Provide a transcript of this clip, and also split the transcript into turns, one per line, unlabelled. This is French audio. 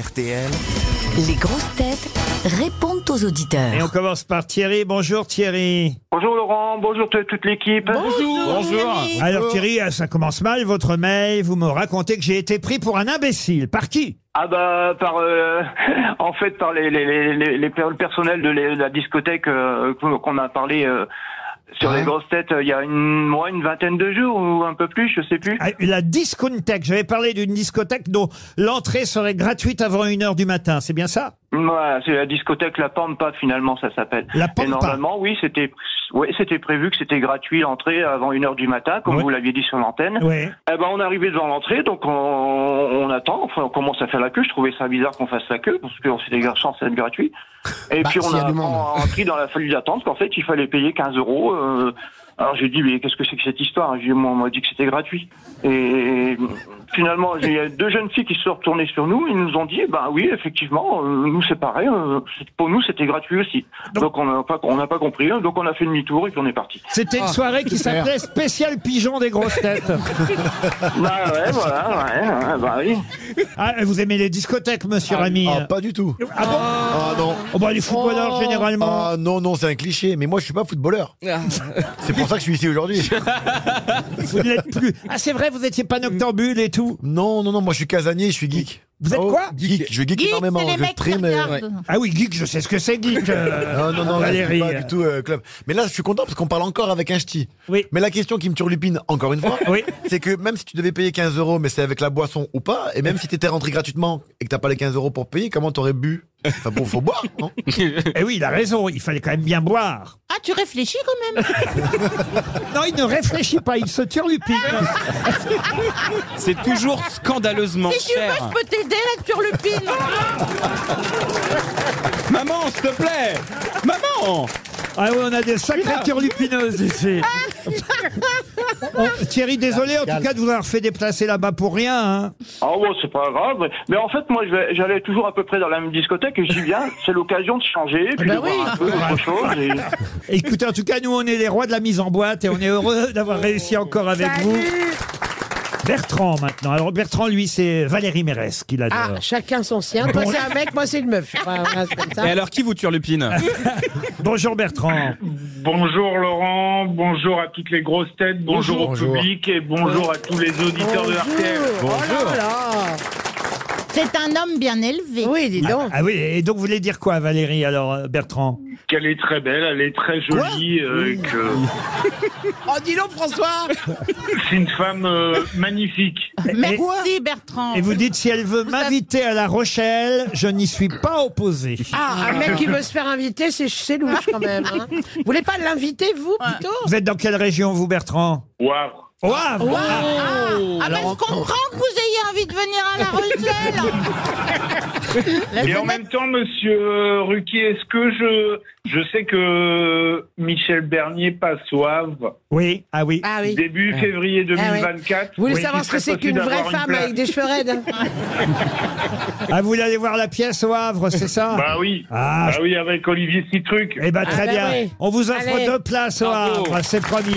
RTL.
Les grosses têtes répondent aux auditeurs.
Et on commence par Thierry. Bonjour Thierry.
Bonjour Laurent, bonjour t- toute l'équipe.
Alors Thierry, ah, ça commence mal votre mail. Vous me racontez que j'ai été pris pour un imbécile. Par qui
Ah bah par euh, en fait par les les les, les, les per- le personnel de, les- de la discothèque euh, qu'on qu'on a parlé euh, sur les grosses têtes euh, il y a une moi une vingtaine de jours ou un peu plus, je sais plus.
Ah, La discothèque. J'avais parlé d'une discothèque dont l'entrée serait gratuite avant 1h du matin. C'est bien ça
Voilà, c'est la discothèque La Pampa finalement ça s'appelle.
La
Et
Pampa.
normalement oui, c'était ouais, c'était prévu que c'était gratuit l'entrée avant une heure du matin comme
Ouais.
vous l'aviez dit sur l'antenne.
Oui.
Eh ben on est arrivé devant l'entrée, donc on, on attend, enfin, on commence à faire la queue. Je trouvais ça bizarre qu'on fasse la queue, parce que c'était gra- censé être gratuit. Et
Bah,
puis on
s'il y a
a
du monde.
on a appris dans la folie d'attente qu'en fait il fallait payer 15 euros. euh, alors j'ai dit mais qu'est-ce que c'est que cette histoire J'ai- moi, On m'a dit que c'était gratuit. Et finalement il y a deux jeunes filles qui se sont retournées sur nous, ils nous ont dit bah oui effectivement, euh, nous c'est pareil, euh, c'est- pour nous c'était gratuit aussi.
Donc-
Donc, on n'a pas on n'a pas compris, hein, donc on a fait demi-tour et puis on est parti.
C'était une soirée qui
Ah, super.
s'appelait Spécial Pigeon des grosses têtes.
bah ouais voilà, ouais, ouais, bah oui.
Ah, vous aimez les discothèques, monsieur Rami
Ah, pas du tout.
Ah bon
Ah non.
Oh, bah, les footballeurs, généralement.
Ah non, non, c'est un cliché. Mais moi, je suis pas footballeur.
Ah.
c'est pour ça que je suis ici aujourd'hui.
Vous ne l'êtes plus. Ah, c'est vrai, vous n'étiez pas noctambule et tout.
Non, non, non, moi, je suis casanier, je suis geek. Oh,
Vous êtes quoi
Geek. Je geek, énormément. je stream. euh, Ah,
Ah oui, geek, je sais ce que c'est geek.
Non,
euh,
non, non, là, je suis
Valérie.
pas du tout euh, club. Mais là, je suis content parce qu'on parle encore avec un ch'ti.
Oui.
Mais la question qui me turlupine, encore une fois,
Oui.
c'est que même si tu devais payer 15 euros, mais c'est avec la boisson ou pas, et même si t'étais rentré gratuitement et que t'as pas les 15 euros pour payer, comment t'aurais bu Enfin bon, faut boire, non
Eh oui, il a raison, il fallait quand même bien boire.
Ah, tu réfléchis quand même
Non, il ne réfléchit pas, il se turlupine.
C'est toujours scandaleusement
Si tu veux,
cher.
je peux t'aider là sur le pin.
Maman, s'il te plaît Maman
Ah oui, on a des sacrées turlupineuses ici. Oh, Thierry, désolé en tout cas de vous avoir fait déplacer là-bas pour rien. hein.
Ah bon, c'est pas grave. Mais en fait, moi, je vais- j'allais toujours à peu près dans la même discothèque et je dis bien, c'est l'occasion de changer, puis
ben
de voir
oui.
un peu autre chose. et-
Écoutez, en tout cas, nous, on est les rois de la mise en boîte et on est heureux d'avoir réussi encore avec vous. Bertrand, maintenant. Alors, Bertrand, lui, c'est Valérie Mérès qu'il adore.
Ah, chacun son sien. Toi, c'est un mec, moi, c'est une meuf. Enfin, voilà, c'est comme ça.
Et alors, qui vous turlupine
Bonjour, Bertrand.
Bonjour Laurent, bonjour à toutes les grosses têtes, bonjour, au
Bonjour.
public et bonjour à tous les auditeurs de RTL.
Oh là là.
C'est un homme bien élevé.
Oui, dis donc.
Ah oui, et donc, vous voulez dire quoi, Valérie, alors, euh, Bertrand
Qu'elle est très belle, elle est très jolie, euh, et que
Oh, dis donc, François.
c'est une femme euh, magnifique.
et,
Merci Bertrand.
et vous dites, si elle veut m'inviter à La Rochelle, je n'y suis pas opposé.
Ah, un mec qui veut se faire inviter, c'est c'est louche quand même. hein. Vous voulez pas l'inviter, vous, plutôt
Vous êtes dans quelle région, vous, Bertrand
Waouh
Au Havre.
Ah, mais je comprends que vous ayez envie de venir à la Rochelle.
Et en même temps, monsieur euh, Ruquier, est-ce que je je sais que Michel Bernier passe au Havre
Oui, ah oui.
Ah oui.
début février
Ah ouais.
2024
Vous voulez
Oui,
savoir
il
ce que
serait
c'est
possible
qu'une vraie
d'avoir une
femme
place.
avec des cheveux raides hein
Ah, vous voulez aller voir la pièce au Havre, c'est ça
Bah oui,
Ah,
bah oui, avec Olivier Citruc.
Eh ben très
bah
bien.
oui.
On vous offre
Allez.
deux places au
Bravo.
Havre, c'est promis.